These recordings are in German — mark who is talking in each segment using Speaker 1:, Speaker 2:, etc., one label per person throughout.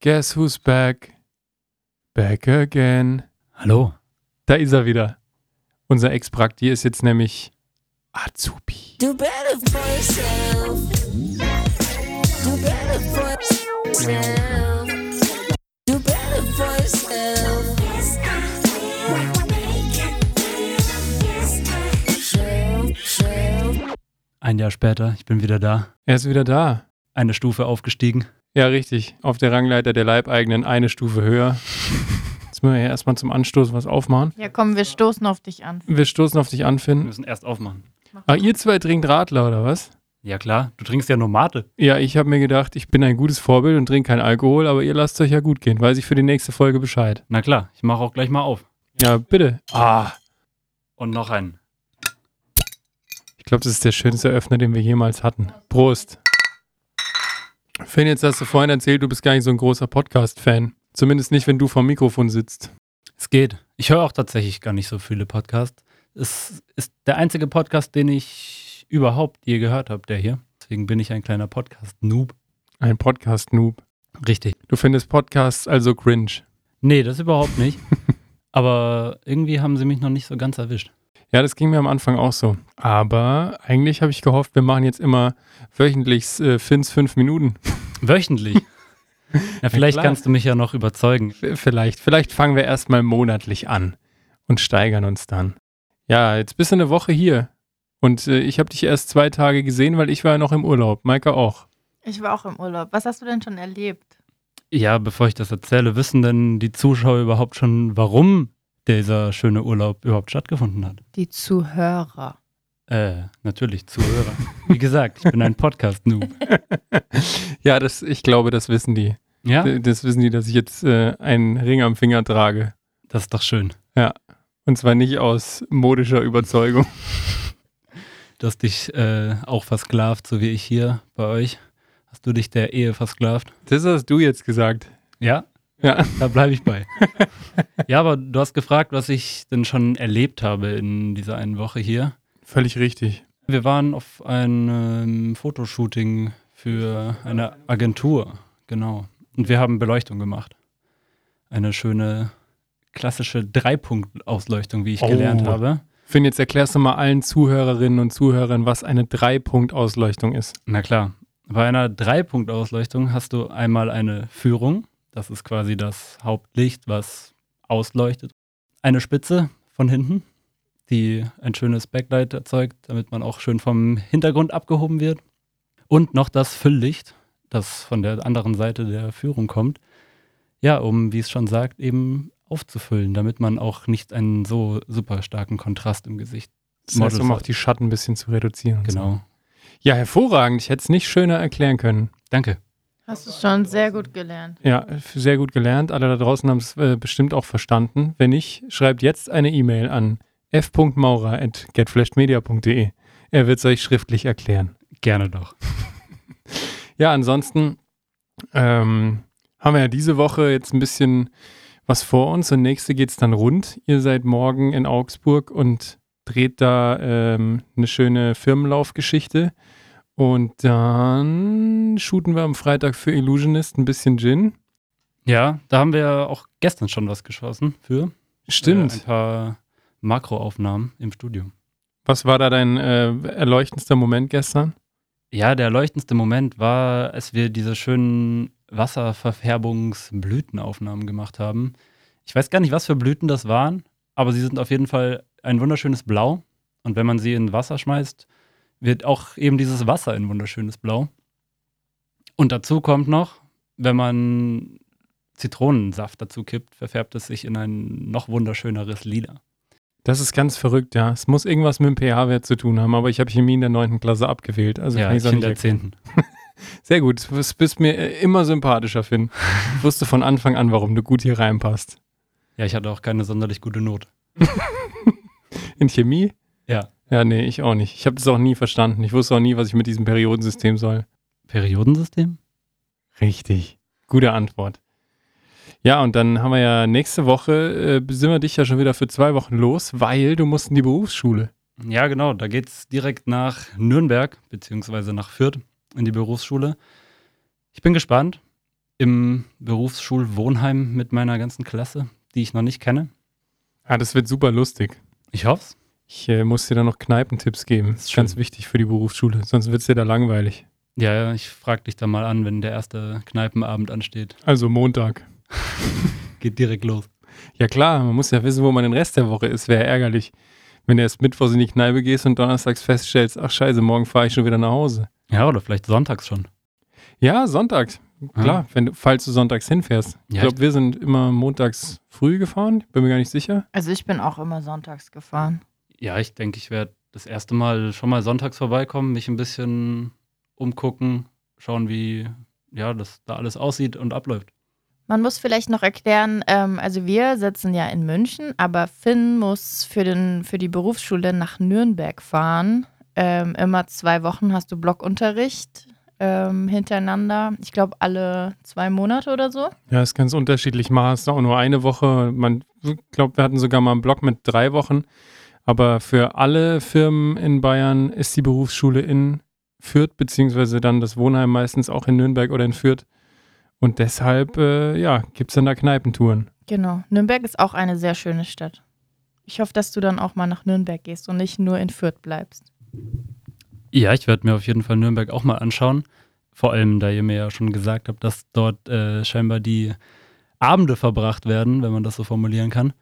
Speaker 1: Guess who's back? Back again.
Speaker 2: Hallo.
Speaker 1: Da ist er wieder. Unser Ex-Prakti ist jetzt nämlich Azubi.
Speaker 3: Do better for yourself. Do better for yourself. Do better for yourself. Self, self.
Speaker 2: Ein Jahr später, ich bin wieder da.
Speaker 1: Er ist wieder da.
Speaker 2: Eine Stufe aufgestiegen.
Speaker 1: Ja, richtig. Auf der Rangleiter der Leibeigenen eine Stufe höher. Jetzt müssen wir ja erstmal zum Anstoß was aufmachen.
Speaker 4: Ja, komm, wir stoßen auf dich an.
Speaker 1: Wir stoßen auf dich an,
Speaker 2: Wir
Speaker 1: Finn.
Speaker 2: müssen erst aufmachen.
Speaker 1: Ah, ihr zwei trinkt Radler, oder was?
Speaker 2: Ja klar, du trinkst ja nur Mate.
Speaker 1: Ja, ich habe mir gedacht, ich bin ein gutes Vorbild und trinke keinen Alkohol, aber ihr lasst euch ja gut gehen. Weiß ich für die nächste Folge Bescheid.
Speaker 2: Na klar, ich mache auch gleich mal auf.
Speaker 1: Ja, bitte. Ah,
Speaker 2: Und noch einen.
Speaker 1: ich glaube, das ist der schönste Eröffner, den wir jemals hatten. Prost. Finn, jetzt hast du vorhin erzählt, du bist gar nicht so ein großer Podcast-Fan. Zumindest nicht, wenn du vorm Mikrofon sitzt.
Speaker 2: Es geht. Ich höre auch tatsächlich gar nicht so viele Podcasts. Es ist der einzige Podcast, den ich überhaupt je gehört habe, der hier. Deswegen bin ich ein kleiner Podcast-Noob.
Speaker 1: Ein Podcast-Noob.
Speaker 2: Richtig.
Speaker 1: Du findest Podcasts also cringe.
Speaker 2: Nee, das überhaupt nicht. Aber irgendwie haben sie mich noch nicht so ganz erwischt.
Speaker 1: Ja, das ging mir am Anfang auch so. Aber eigentlich habe ich gehofft, wir machen jetzt immer wöchentlich äh, Finns fünf Minuten.
Speaker 2: Wöchentlich. Ja, vielleicht
Speaker 1: klar.
Speaker 2: kannst du mich ja noch überzeugen.
Speaker 1: V- Vielleicht, vielleicht fangen wir erstmal monatlich an und steigern uns dann. Ja, jetzt bist du eine Woche hier. Und äh, ich habe dich erst zwei Tage gesehen, weil ich war ja noch im Urlaub. Maika auch.
Speaker 4: Ich war auch im Urlaub. Was hast du denn schon erlebt?
Speaker 2: Ja, bevor ich das erzähle, wissen denn die Zuschauer überhaupt schon, warum dieser schöne Urlaub überhaupt stattgefunden hat?
Speaker 4: Die Zuhörer.
Speaker 2: Äh, natürlich, Zuhörer. Wie gesagt, ich bin ein Podcast-Noob.
Speaker 1: Ja, das, ich glaube, das wissen die.
Speaker 2: Ja,
Speaker 1: D- Das wissen die, dass ich jetzt äh, einen Ring am Finger trage.
Speaker 2: das ist doch schön,
Speaker 1: Und zwar nicht aus modischer Überzeugung.
Speaker 2: dass dich äh, auch versklavt, so wie ich hier bei euch. Hast du dich der Ehe versklavt?
Speaker 1: Das hast du jetzt gesagt.
Speaker 2: Ja,
Speaker 1: Ja.
Speaker 2: da bleibe ich bei. ja, aber du hast gefragt, was ich denn schon erlebt habe in dieser einen Woche hier.
Speaker 1: Völlig richtig.
Speaker 2: Wir waren auf einem Fotoshooting für eine Agentur, genau. Und wir haben Beleuchtung gemacht. Eine schöne klassische Dreipunkt-Ausleuchtung, wie ich
Speaker 1: Oh.
Speaker 2: gelernt habe.
Speaker 1: Finn, jetzt erklärst du mal allen Zuhörerinnen und Zuhörern, was eine Drei-Punkt-Ausleuchtung ist.
Speaker 2: Na klar. Bei einer Dreipunktausleuchtung hast du einmal eine Führung. Das ist quasi das Hauptlicht, was ausleuchtet. Eine Spitze von hinten, die ein schönes Backlight erzeugt, damit man auch schön vom Hintergrund abgehoben wird. Und noch das Fülllicht, das von der anderen Seite der Führung kommt. Ja, um, wie es schon sagt, eben aufzufüllen, damit man auch nicht einen so super starken Kontrast im Gesicht.
Speaker 1: Das heißt, um
Speaker 2: Models-
Speaker 1: auch die Schatten ein bisschen zu reduzieren. und So.
Speaker 2: Genau.
Speaker 1: Ja, hervorragend. Ich hätte es nicht schöner erklären können.
Speaker 2: Danke.
Speaker 4: Hast du schon sehr gut gelernt.
Speaker 1: Ja, sehr gut gelernt. Alle da draußen haben es äh, bestimmt auch verstanden. Wenn nicht, schreibt jetzt eine E-Mail an f.maurer.getflashedmedia.de. Er wird es euch schriftlich erklären.
Speaker 2: Gerne doch.
Speaker 1: Ja, ansonsten ähm, haben wir ja diese Woche jetzt ein bisschen was vor uns und nächste geht es dann rund. Ihr seid morgen in Augsburg und dreht da ähm, eine schöne Firmenlaufgeschichte. Und dann shooten wir am Freitag für Illusionist ein bisschen Gin.
Speaker 2: Ja, da haben wir ja auch gestern schon was geschossen für. Äh,
Speaker 1: Stimmt.
Speaker 2: ein paar Makroaufnahmen im Studio.
Speaker 1: Was war da dein äh, erleuchtendster Moment gestern?
Speaker 2: Ja, der leuchtendste Moment war, als wir diese schönen Wasserverfärbungsblütenaufnahmen gemacht haben. Ich weiß gar nicht, was für Blüten das waren, aber sie sind auf jeden Fall ein wunderschönes Blau. Und wenn man sie in Wasser schmeißt, wird auch eben dieses Wasser ein wunderschönes Blau. Und dazu kommt noch, wenn man Zitronensaft dazu kippt, verfärbt es sich in ein noch wunderschöneres Lila.
Speaker 1: Das ist ganz verrückt, ja. Es muss irgendwas mit dem pH-Wert zu tun haben, aber ich habe Chemie in der 9. Klasse abgewählt. Also
Speaker 2: ja,
Speaker 1: kann ich's
Speaker 2: ich
Speaker 1: auch
Speaker 2: in
Speaker 1: nicht
Speaker 2: der
Speaker 1: erklären.
Speaker 2: 10.
Speaker 1: Sehr gut, du bist- bist mir äh, immer sympathischer, Finn. Ich wusste von Anfang an, warum du gut hier reinpasst.
Speaker 2: Ja, ich hatte auch keine sonderlich gute Note.
Speaker 1: In Chemie?
Speaker 2: Ja.
Speaker 1: Ja, nee, ich auch nicht. Ich habe das auch nie verstanden. Ich wusste auch nie, was ich mit diesem Periodensystem soll.
Speaker 2: Periodensystem?
Speaker 1: Richtig. Gute Antwort. Ja, und dann haben wir ja nächste Woche, äh, sind wir dich ja schon wieder für zwei Wochen los, weil du musst in die Berufsschule.
Speaker 2: Ja, genau. Da geht es direkt nach Nürnberg, beziehungsweise nach Fürth in die Berufsschule. Ich bin gespannt. im Berufsschulwohnheim mit meiner ganzen Klasse, die ich noch nicht kenne.
Speaker 1: Ah, das wird super lustig.
Speaker 2: Ich hoffe
Speaker 1: Ich äh, muss dir da noch Kneipentipps geben.
Speaker 2: Das
Speaker 1: Das
Speaker 2: ist
Speaker 1: ist ganz
Speaker 2: schön.
Speaker 1: wichtig für die Berufsschule, sonst wird es dir da langweilig.
Speaker 2: Ja, ja, ich frage dich dann mal an, wenn der erste Kneipenabend ansteht.
Speaker 1: Also Montag.
Speaker 2: Geht direkt los.
Speaker 1: Ja klar, man muss ja wissen, wo man den Rest der Woche ist. Wäre ärgerlich, wenn du erst Mittwochs in die Kneipe gehst und donnerstags feststellst, ach scheiße, morgen fahre ich schon wieder nach Hause.
Speaker 2: Ja, oder vielleicht sonntags schon.
Speaker 1: Ja, sonntags. Klar, wenn du, falls du sonntags hinfährst. ich
Speaker 2: Ah. Ja,
Speaker 1: glaube, wir sind immer montags früh gefahren. Bin mir gar nicht sicher.
Speaker 4: Also ich bin auch immer sonntags gefahren.
Speaker 2: Ja, ich denke, ich werde das erste Mal schon mal sonntags vorbeikommen, mich ein bisschen umgucken, schauen, wie ja, das da alles aussieht und abläuft.
Speaker 4: Man muss vielleicht noch erklären, ähm, also wir sitzen ja in München, aber Finn muss für, den, für die Berufsschule nach Nürnberg fahren. Ähm, immer zwei Wochen hast du Blockunterricht ähm, hintereinander. Ich glaube alle zwei Monate oder so.
Speaker 1: Ja, ist ganz unterschiedlich. Mal hast du auch nur eine Woche. Man, ich glaube, wir hatten sogar mal einen Blog mit drei Wochen. Aber für alle Firmen in Bayern ist die Berufsschule in Fürth, beziehungsweise dann das Wohnheim meistens auch in Nürnberg oder in Fürth. Und deshalb, äh, ja, gibt es dann da Kneipentouren.
Speaker 4: Genau. Nürnberg ist auch eine sehr schöne Stadt. Ich hoffe, dass du dann auch mal nach Nürnberg gehst und nicht nur in Fürth bleibst.
Speaker 2: Ja, ich werde mir auf jeden Fall Nürnberg auch mal anschauen. Vor allem, da ihr mir ja schon gesagt habt, dass dort äh, scheinbar die Abende verbracht werden, wenn man das so formulieren kann.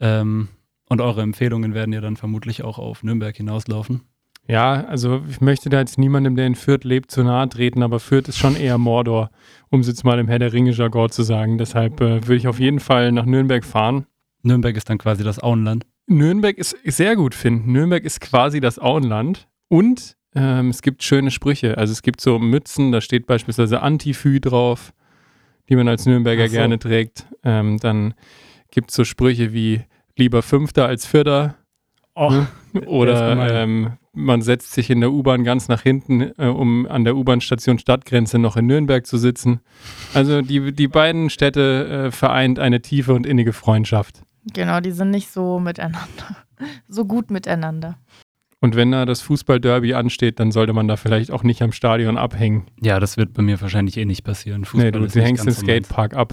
Speaker 2: Ähm, und eure Empfehlungen werden ja dann vermutlich auch auf Nürnberg hinauslaufen.
Speaker 1: Ja, also ich möchte da jetzt niemandem, der in Fürth lebt, zu nahe treten, aber Fürth ist schon eher Mordor, um es jetzt mal im Herr der Ringe-Jargon zu sagen. Deshalb äh, würde ich auf jeden Fall nach Nürnberg fahren.
Speaker 2: Nürnberg ist dann quasi das Auenland.
Speaker 1: Nürnberg ist sehr gut finden. Nürnberg ist quasi das Auenland und ähm, es gibt schöne Sprüche. Also es gibt so Mützen, da steht beispielsweise Antifü drauf, die man als Nürnberger
Speaker 2: Ach so.
Speaker 1: gerne trägt. Ähm, dann gibt es so Sprüche wie lieber Fünfter als Vierter Hm?
Speaker 2: Oh, Der ist
Speaker 1: oder
Speaker 2: gemein.
Speaker 1: ähm, man setzt sich in der U-Bahn ganz nach hinten, äh, um an der U-Bahn-Station Stadtgrenze noch in Nürnberg zu sitzen. Also die, die beiden Städte äh, vereint eine tiefe und innige Freundschaft.
Speaker 4: Genau, die sind nicht so miteinander, so gut miteinander.
Speaker 1: Und wenn da das Fußballderby ansteht, dann sollte man da vielleicht auch nicht am Stadion abhängen.
Speaker 2: ja, das wird bei mir wahrscheinlich eh nicht passieren.
Speaker 1: nee, du,
Speaker 2: ist
Speaker 1: du
Speaker 2: nicht
Speaker 1: hängst im
Speaker 2: ganz so meins.
Speaker 1: Skatepark ab.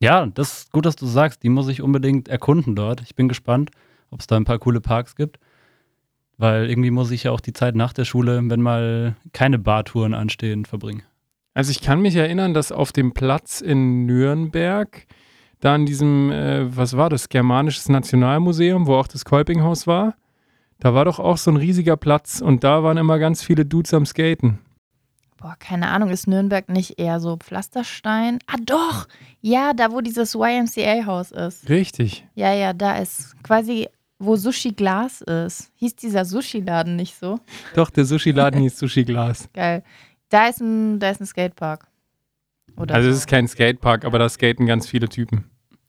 Speaker 2: Ja, das ist gut, dass du sagst. Die muss ich unbedingt erkunden dort. Ich bin gespannt, ob es da ein paar coole Parks gibt. Weil irgendwie muss ich ja auch die Zeit nach der Schule, wenn mal keine Bartouren anstehen, verbringen.
Speaker 1: Also ich kann mich erinnern, dass auf dem Platz in Nürnberg, da in diesem, äh, was war das, Germanisches Nationalmuseum, wo auch das Kolpinghaus war, da war doch auch so ein riesiger Platz und da waren immer ganz viele Dudes am Skaten.
Speaker 4: Boah, keine Ahnung, ist Nürnberg nicht eher so Pflasterstein? Ah, doch! Ja, da wo dieses YMCA-Haus ist.
Speaker 1: Richtig.
Speaker 4: Ja, ja, da ist quasi, wo Sushi Glas ist. Hieß dieser Sushi-Laden nicht so?
Speaker 1: Doch, der Sushi-Laden hieß Sushi Glas.
Speaker 4: Geil. Da ist ein, da ist ein Skatepark. Oder
Speaker 1: Also es
Speaker 4: so.
Speaker 1: ist kein Skatepark, aber da skaten ganz viele Typen.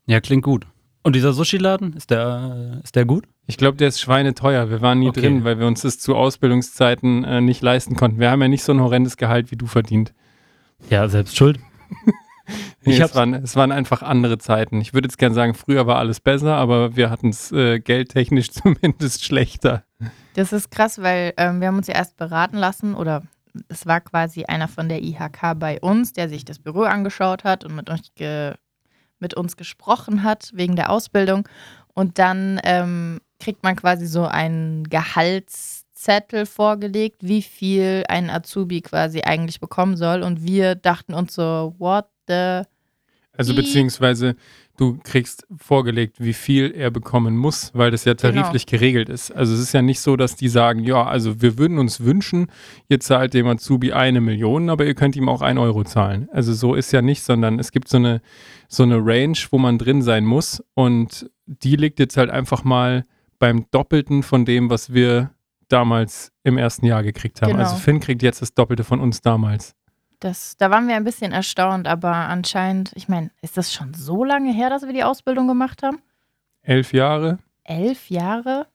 Speaker 2: Ja, klingt gut. Und dieser Sushi-Laden, ist der, ist der gut?
Speaker 1: Ich glaube, der ist schweineteuer. Wir waren nie
Speaker 2: Okay.
Speaker 1: drin, weil wir uns das zu Ausbildungszeiten äh, nicht leisten konnten. Wir haben ja nicht so ein horrendes Gehalt wie du verdient.
Speaker 2: Ja, selbst schuld. Ich
Speaker 1: Nee,
Speaker 2: hab's-
Speaker 1: es, waren, es waren einfach andere Zeiten. Ich würde jetzt gerne sagen, früher war alles besser, aber wir hatten es äh, geldtechnisch zumindest schlechter.
Speaker 4: Das ist krass, weil ähm, wir haben uns ja erst beraten lassen oder es war quasi einer von der IHK bei uns, der sich das Büro angeschaut hat und mit uns, ge mit uns gesprochen hat wegen der Ausbildung. Und dann ähm, kriegt man quasi so einen Gehaltszettel vorgelegt, wie viel ein Azubi quasi eigentlich bekommen soll. Und wir dachten uns so, what the...
Speaker 1: Also
Speaker 4: I-
Speaker 1: beziehungsweise du kriegst vorgelegt, wie viel er bekommen muss, weil das ja tariflich geregelt ist. Also es ist ja nicht so, dass die sagen, ja, also wir würden uns wünschen, ihr zahlt dem Azubi eine Million, aber ihr könnt ihm auch ein Euro zahlen. Also so ist ja nicht, sondern es gibt so eine, so eine Range, wo man drin sein muss und die liegt jetzt halt einfach mal beim Doppelten von dem, was wir damals im ersten Jahr gekriegt haben.
Speaker 4: Genau.
Speaker 1: Also Finn kriegt jetzt das Doppelte von uns damals.
Speaker 4: Das, da waren wir ein bisschen erstaunt, aber anscheinend, ich meine, ist das schon so lange her, dass wir die Ausbildung gemacht haben?
Speaker 1: Elf Jahre.
Speaker 4: Elf Jahre?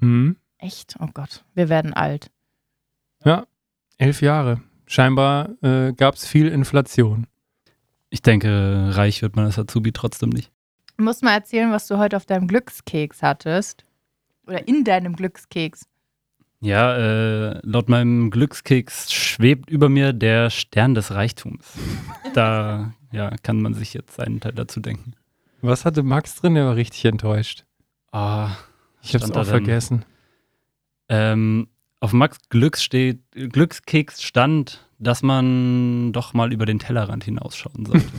Speaker 1: Hm.
Speaker 4: Echt? Oh Gott, wir werden alt.
Speaker 1: Elf Jahre. Scheinbar äh, gab es viel Inflation.
Speaker 2: Ich denke, reich wird man als Azubi trotzdem nicht.
Speaker 4: Muss mal erzählen, was du heute auf deinem Glückskeks hattest. Oder in deinem Glückskeks.
Speaker 2: Ja, äh, laut meinem Glückskeks schwebt über mir der Stern des Reichtums. Da ja, kann man sich jetzt seinen Teil dazu denken.
Speaker 1: Was hatte Max drin? Der war richtig enttäuscht.
Speaker 2: Ah,
Speaker 1: Ich hab's
Speaker 2: Stand da
Speaker 1: auch
Speaker 2: dann-
Speaker 1: vergessen.
Speaker 2: Ähm, auf Max Glücks steht, Glückskeks stand, dass man doch mal über den Tellerrand hinausschauen sollte.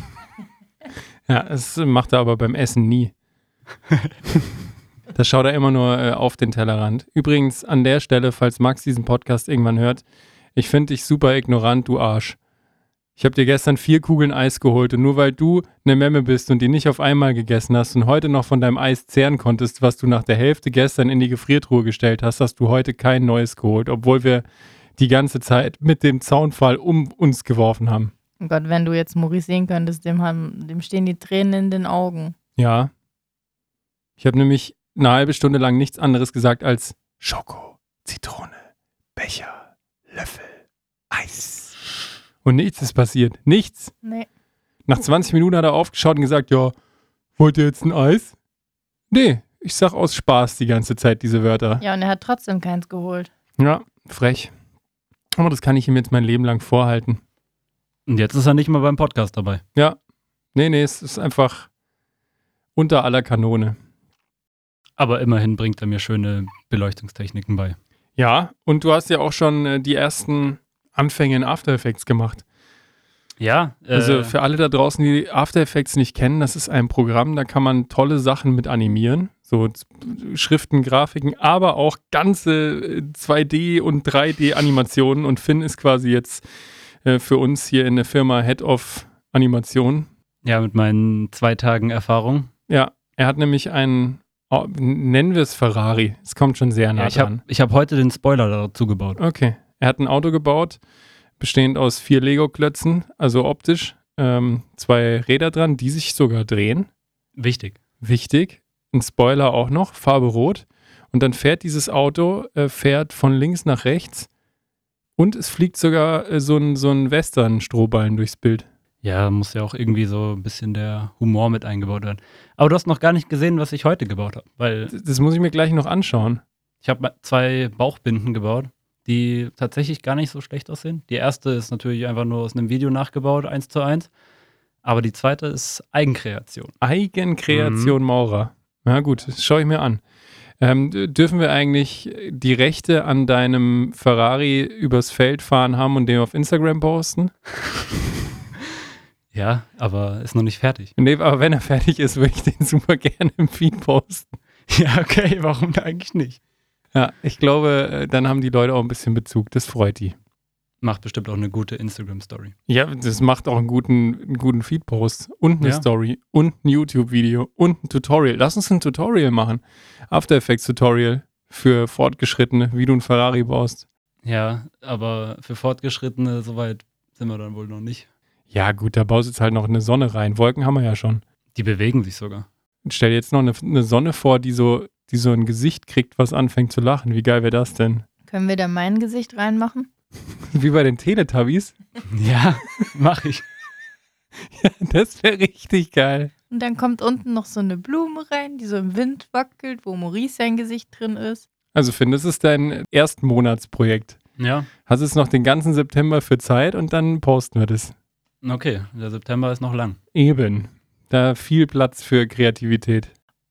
Speaker 1: Ja, das macht er aber beim Essen nie. da schaut er immer nur äh, auf den Tellerrand. Übrigens, an der Stelle, falls Max diesen Podcast irgendwann hört, ich finde dich super ignorant, du Arsch. Ich habe dir gestern vier Kugeln Eis geholt und nur weil du eine Memme bist und die nicht auf einmal gegessen hast und heute noch von deinem Eis zehren konntest, was du nach der Hälfte gestern in die Gefriertruhe gestellt hast, hast du heute kein neues geholt, obwohl wir die ganze Zeit mit dem Zaunfall um uns geworfen haben.
Speaker 4: Oh Gott, wenn du jetzt Maurice sehen könntest, dem, haben, dem stehen die Tränen in den Augen.
Speaker 1: Ja. Ich habe nämlich eine halbe Stunde lang nichts anderes gesagt als Schoko, Zitrone, Becher, Löffel, Eis. Und nichts ist passiert. Nichts.
Speaker 4: Nee.
Speaker 1: Nach 20 Minuten hat er aufgeschaut und gesagt, ja, wollt ihr jetzt ein Eis? Nee, ich sag aus Spaß die ganze Zeit diese Wörter.
Speaker 4: Ja, und er hat trotzdem keins geholt.
Speaker 1: Ja, frech. Aber das kann ich ihm jetzt mein Leben lang vorhalten.
Speaker 2: Und jetzt ist er nicht mal beim Podcast dabei.
Speaker 1: Nee, nee, es ist einfach unter aller Kanone.
Speaker 2: Aber immerhin bringt er mir schöne Beleuchtungstechniken bei.
Speaker 1: Ja, und du hast ja auch schon äh, die ersten Anfänge in After Effects gemacht.
Speaker 2: Ja, äh,
Speaker 1: Also für alle da draußen, die After Effects nicht kennen, das ist ein Programm, da kann man tolle Sachen mit animieren. So z- Schriften, Grafiken, aber auch ganze äh, 2D- und 3D-Animationen. Und Finn ist quasi jetzt äh, für uns hier in der Firma Head of Animation.
Speaker 2: ja, mit meinen zwei Tagen Erfahrung.
Speaker 1: Ja, er hat nämlich einen, oh, nennen wir es Ferrari. Es kommt schon sehr nah
Speaker 2: Ja, ich habe
Speaker 1: dran.
Speaker 2: ich hab heute den Spoiler dazu gebaut.
Speaker 1: Okay. Er hat ein Auto gebaut, bestehend aus vier Lego-Klötzen, also optisch. Ähm, zwei Räder dran, die sich sogar drehen.
Speaker 2: Wichtig.
Speaker 1: Wichtig. Ein Spoiler auch noch, Farbe rot. Und dann fährt dieses Auto, äh, fährt von links nach rechts. Und es fliegt sogar äh, so ein, so ein Western-Strohballen durchs Bild.
Speaker 2: Ja, muss ja auch irgendwie so ein bisschen der Humor mit eingebaut werden. Aber du hast noch gar nicht gesehen, was ich heute gebaut habe, weil
Speaker 1: D- Das muss ich mir gleich noch anschauen.
Speaker 2: Ich habe zwei Bauchbinden gebaut, die tatsächlich gar nicht so schlecht aussehen. Die erste ist natürlich einfach nur aus einem Video nachgebaut, eins zu eins. Aber die zweite ist Eigenkreation.
Speaker 1: Eigenkreation Maurer. Na gut, das schaue ich mir an. Ähm, d- dürfen wir eigentlich die Rechte an deinem Ferrari übers Feld fahren haben und den auf Instagram posten?
Speaker 2: Ja, aber ist noch nicht fertig.
Speaker 1: Nee, aber wenn er fertig ist, würde ich den super gerne im Feed posten.
Speaker 2: Ja, okay, warum eigentlich nicht?
Speaker 1: Ja, ich glaube, äh, dann haben die Leute auch ein bisschen Bezug. Das freut die.
Speaker 2: Macht bestimmt auch eine gute Instagram-Story.
Speaker 1: Ja, das macht auch einen guten, einen guten Feed-Post und eine
Speaker 2: Ja.
Speaker 1: Story und ein YouTube-Video und ein Tutorial. Lass uns ein Tutorial machen. After Effects-Tutorial für Fortgeschrittene, wie du einen Ferrari baust.
Speaker 2: Ja, aber für Fortgeschrittene, soweit sind wir dann wohl noch nicht.
Speaker 1: Ja, gut, da baust du jetzt halt noch eine Sonne rein. Wolken haben wir ja schon.
Speaker 2: Die bewegen sich sogar.
Speaker 1: Und stell dir jetzt noch eine, eine Sonne vor, die so, die so ein Gesicht kriegt, was anfängt zu lachen. Wie geil wäre das denn?
Speaker 4: Können wir da mein Gesicht reinmachen?
Speaker 1: Wie bei den Teletubbies.
Speaker 2: Ja, mach ich.
Speaker 1: Das wäre richtig geil.
Speaker 4: Und dann kommt unten noch so eine Blume rein, die so im Wind wackelt, wo Maurice sein Gesicht drin ist.
Speaker 1: Also, Finn, das ist dein Erstmonatsprojekt.
Speaker 2: Ja,
Speaker 1: Hast jetzt noch den ganzen September für Zeit und dann posten wir das.
Speaker 2: okay. Der September ist noch lang.
Speaker 1: Eben. Da viel Platz für Kreativität.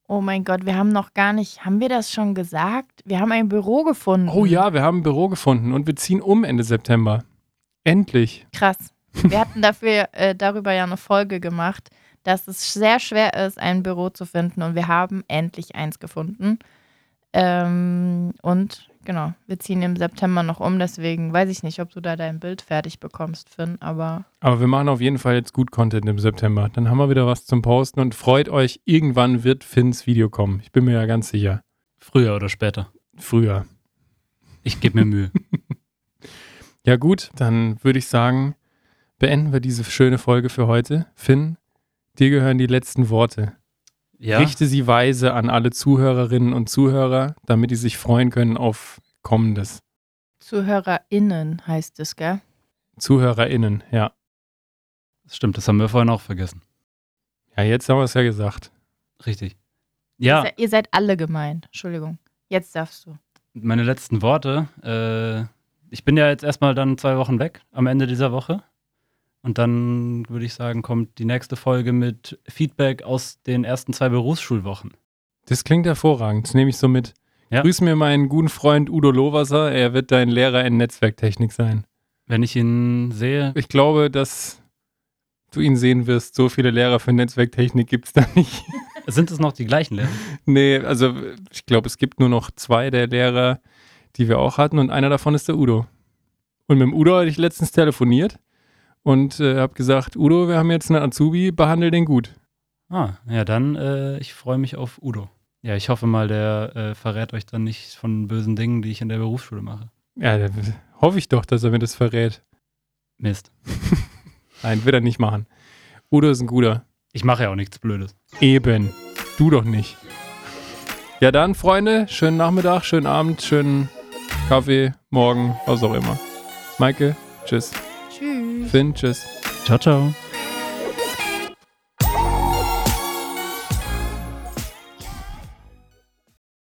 Speaker 4: Oh mein Gott, wir haben noch gar nicht, haben wir das schon gesagt? Wir haben ein Büro gefunden.
Speaker 1: Oh ja, wir haben ein Büro gefunden und wir ziehen um Ende September. Endlich.
Speaker 4: Krass. Wir hatten dafür, äh, darüber ja eine Folge gemacht, dass es sehr schwer ist, ein Büro zu finden und wir haben endlich eins gefunden. Ähm, und genau, wir ziehen im September noch um, deswegen weiß ich nicht, ob du da dein Bild fertig bekommst, Finn, aber
Speaker 1: Aber wir machen auf jeden Fall jetzt gut Content im September. Dann haben wir wieder was zum Posten und freut euch, irgendwann wird Finns Video kommen. Ich bin mir ja ganz sicher.
Speaker 2: Früher oder später.
Speaker 1: Früher.
Speaker 2: Ich gebe mir Mühe.
Speaker 1: Ja gut, dann würde ich sagen, beenden wir diese schöne Folge für heute. Finn, dir gehören die letzten Worte.
Speaker 2: Ja.
Speaker 1: Richte sie weise an alle Zuhörerinnen und Zuhörer, damit die sich freuen können auf Kommendes.
Speaker 4: ZuhörerInnen heißt es, gell?
Speaker 1: ZuhörerInnen, ja.
Speaker 2: Das stimmt, das haben wir vorhin auch vergessen.
Speaker 1: Ja, jetzt haben wir es ja gesagt.
Speaker 2: Richtig. Ja,
Speaker 4: Ihr, ihr seid alle gemeint, Entschuldigung. Jetzt darfst du.
Speaker 2: meine letzten Worte. Äh, ich bin ja jetzt erstmal dann zwei Wochen weg am Ende dieser Woche. Und dann würde ich sagen, kommt die nächste Folge mit Feedback aus den ersten zwei Berufsschulwochen.
Speaker 1: Das klingt hervorragend. Das nehme ich so mit.
Speaker 2: Ja.
Speaker 1: Grüß mir meinen guten Freund Udo Lohwasser. Er wird dein Lehrer in Netzwerktechnik sein.
Speaker 2: Wenn ich ihn sehe,
Speaker 1: Ich glaube, dass du ihn sehen wirst. So viele Lehrer für Netzwerktechnik gibt es da nicht.
Speaker 2: sind es noch die gleichen Lehrer?
Speaker 1: nee, also ich glaube, es gibt nur noch zwei der Lehrer, die wir auch hatten. Und einer davon ist der Udo. Und mit dem Udo hatte ich letztens telefoniert und äh, habe gesagt, Udo, wir haben jetzt einen Azubi, behandel den gut.
Speaker 2: Ah, ja, dann, äh, ich freue mich auf Udo. Ja, ich hoffe mal, der äh, verrät euch dann nicht von bösen Dingen, die ich in der Berufsschule mache.
Speaker 1: Ja, da hoffe ich doch, dass er mir das verrät.
Speaker 2: Mist.
Speaker 1: Nein, wird er nicht machen. Udo ist ein guter.
Speaker 2: Ich mache ja auch nichts Blödes.
Speaker 1: Eben. Du doch nicht. Ja dann, Freunde, schönen Nachmittag, schönen Abend, schönen Kaffee, morgen, was auch immer. Maike, tschüss.
Speaker 4: Tschüss.
Speaker 1: Finn, tschüss.
Speaker 2: Ciao, ciao.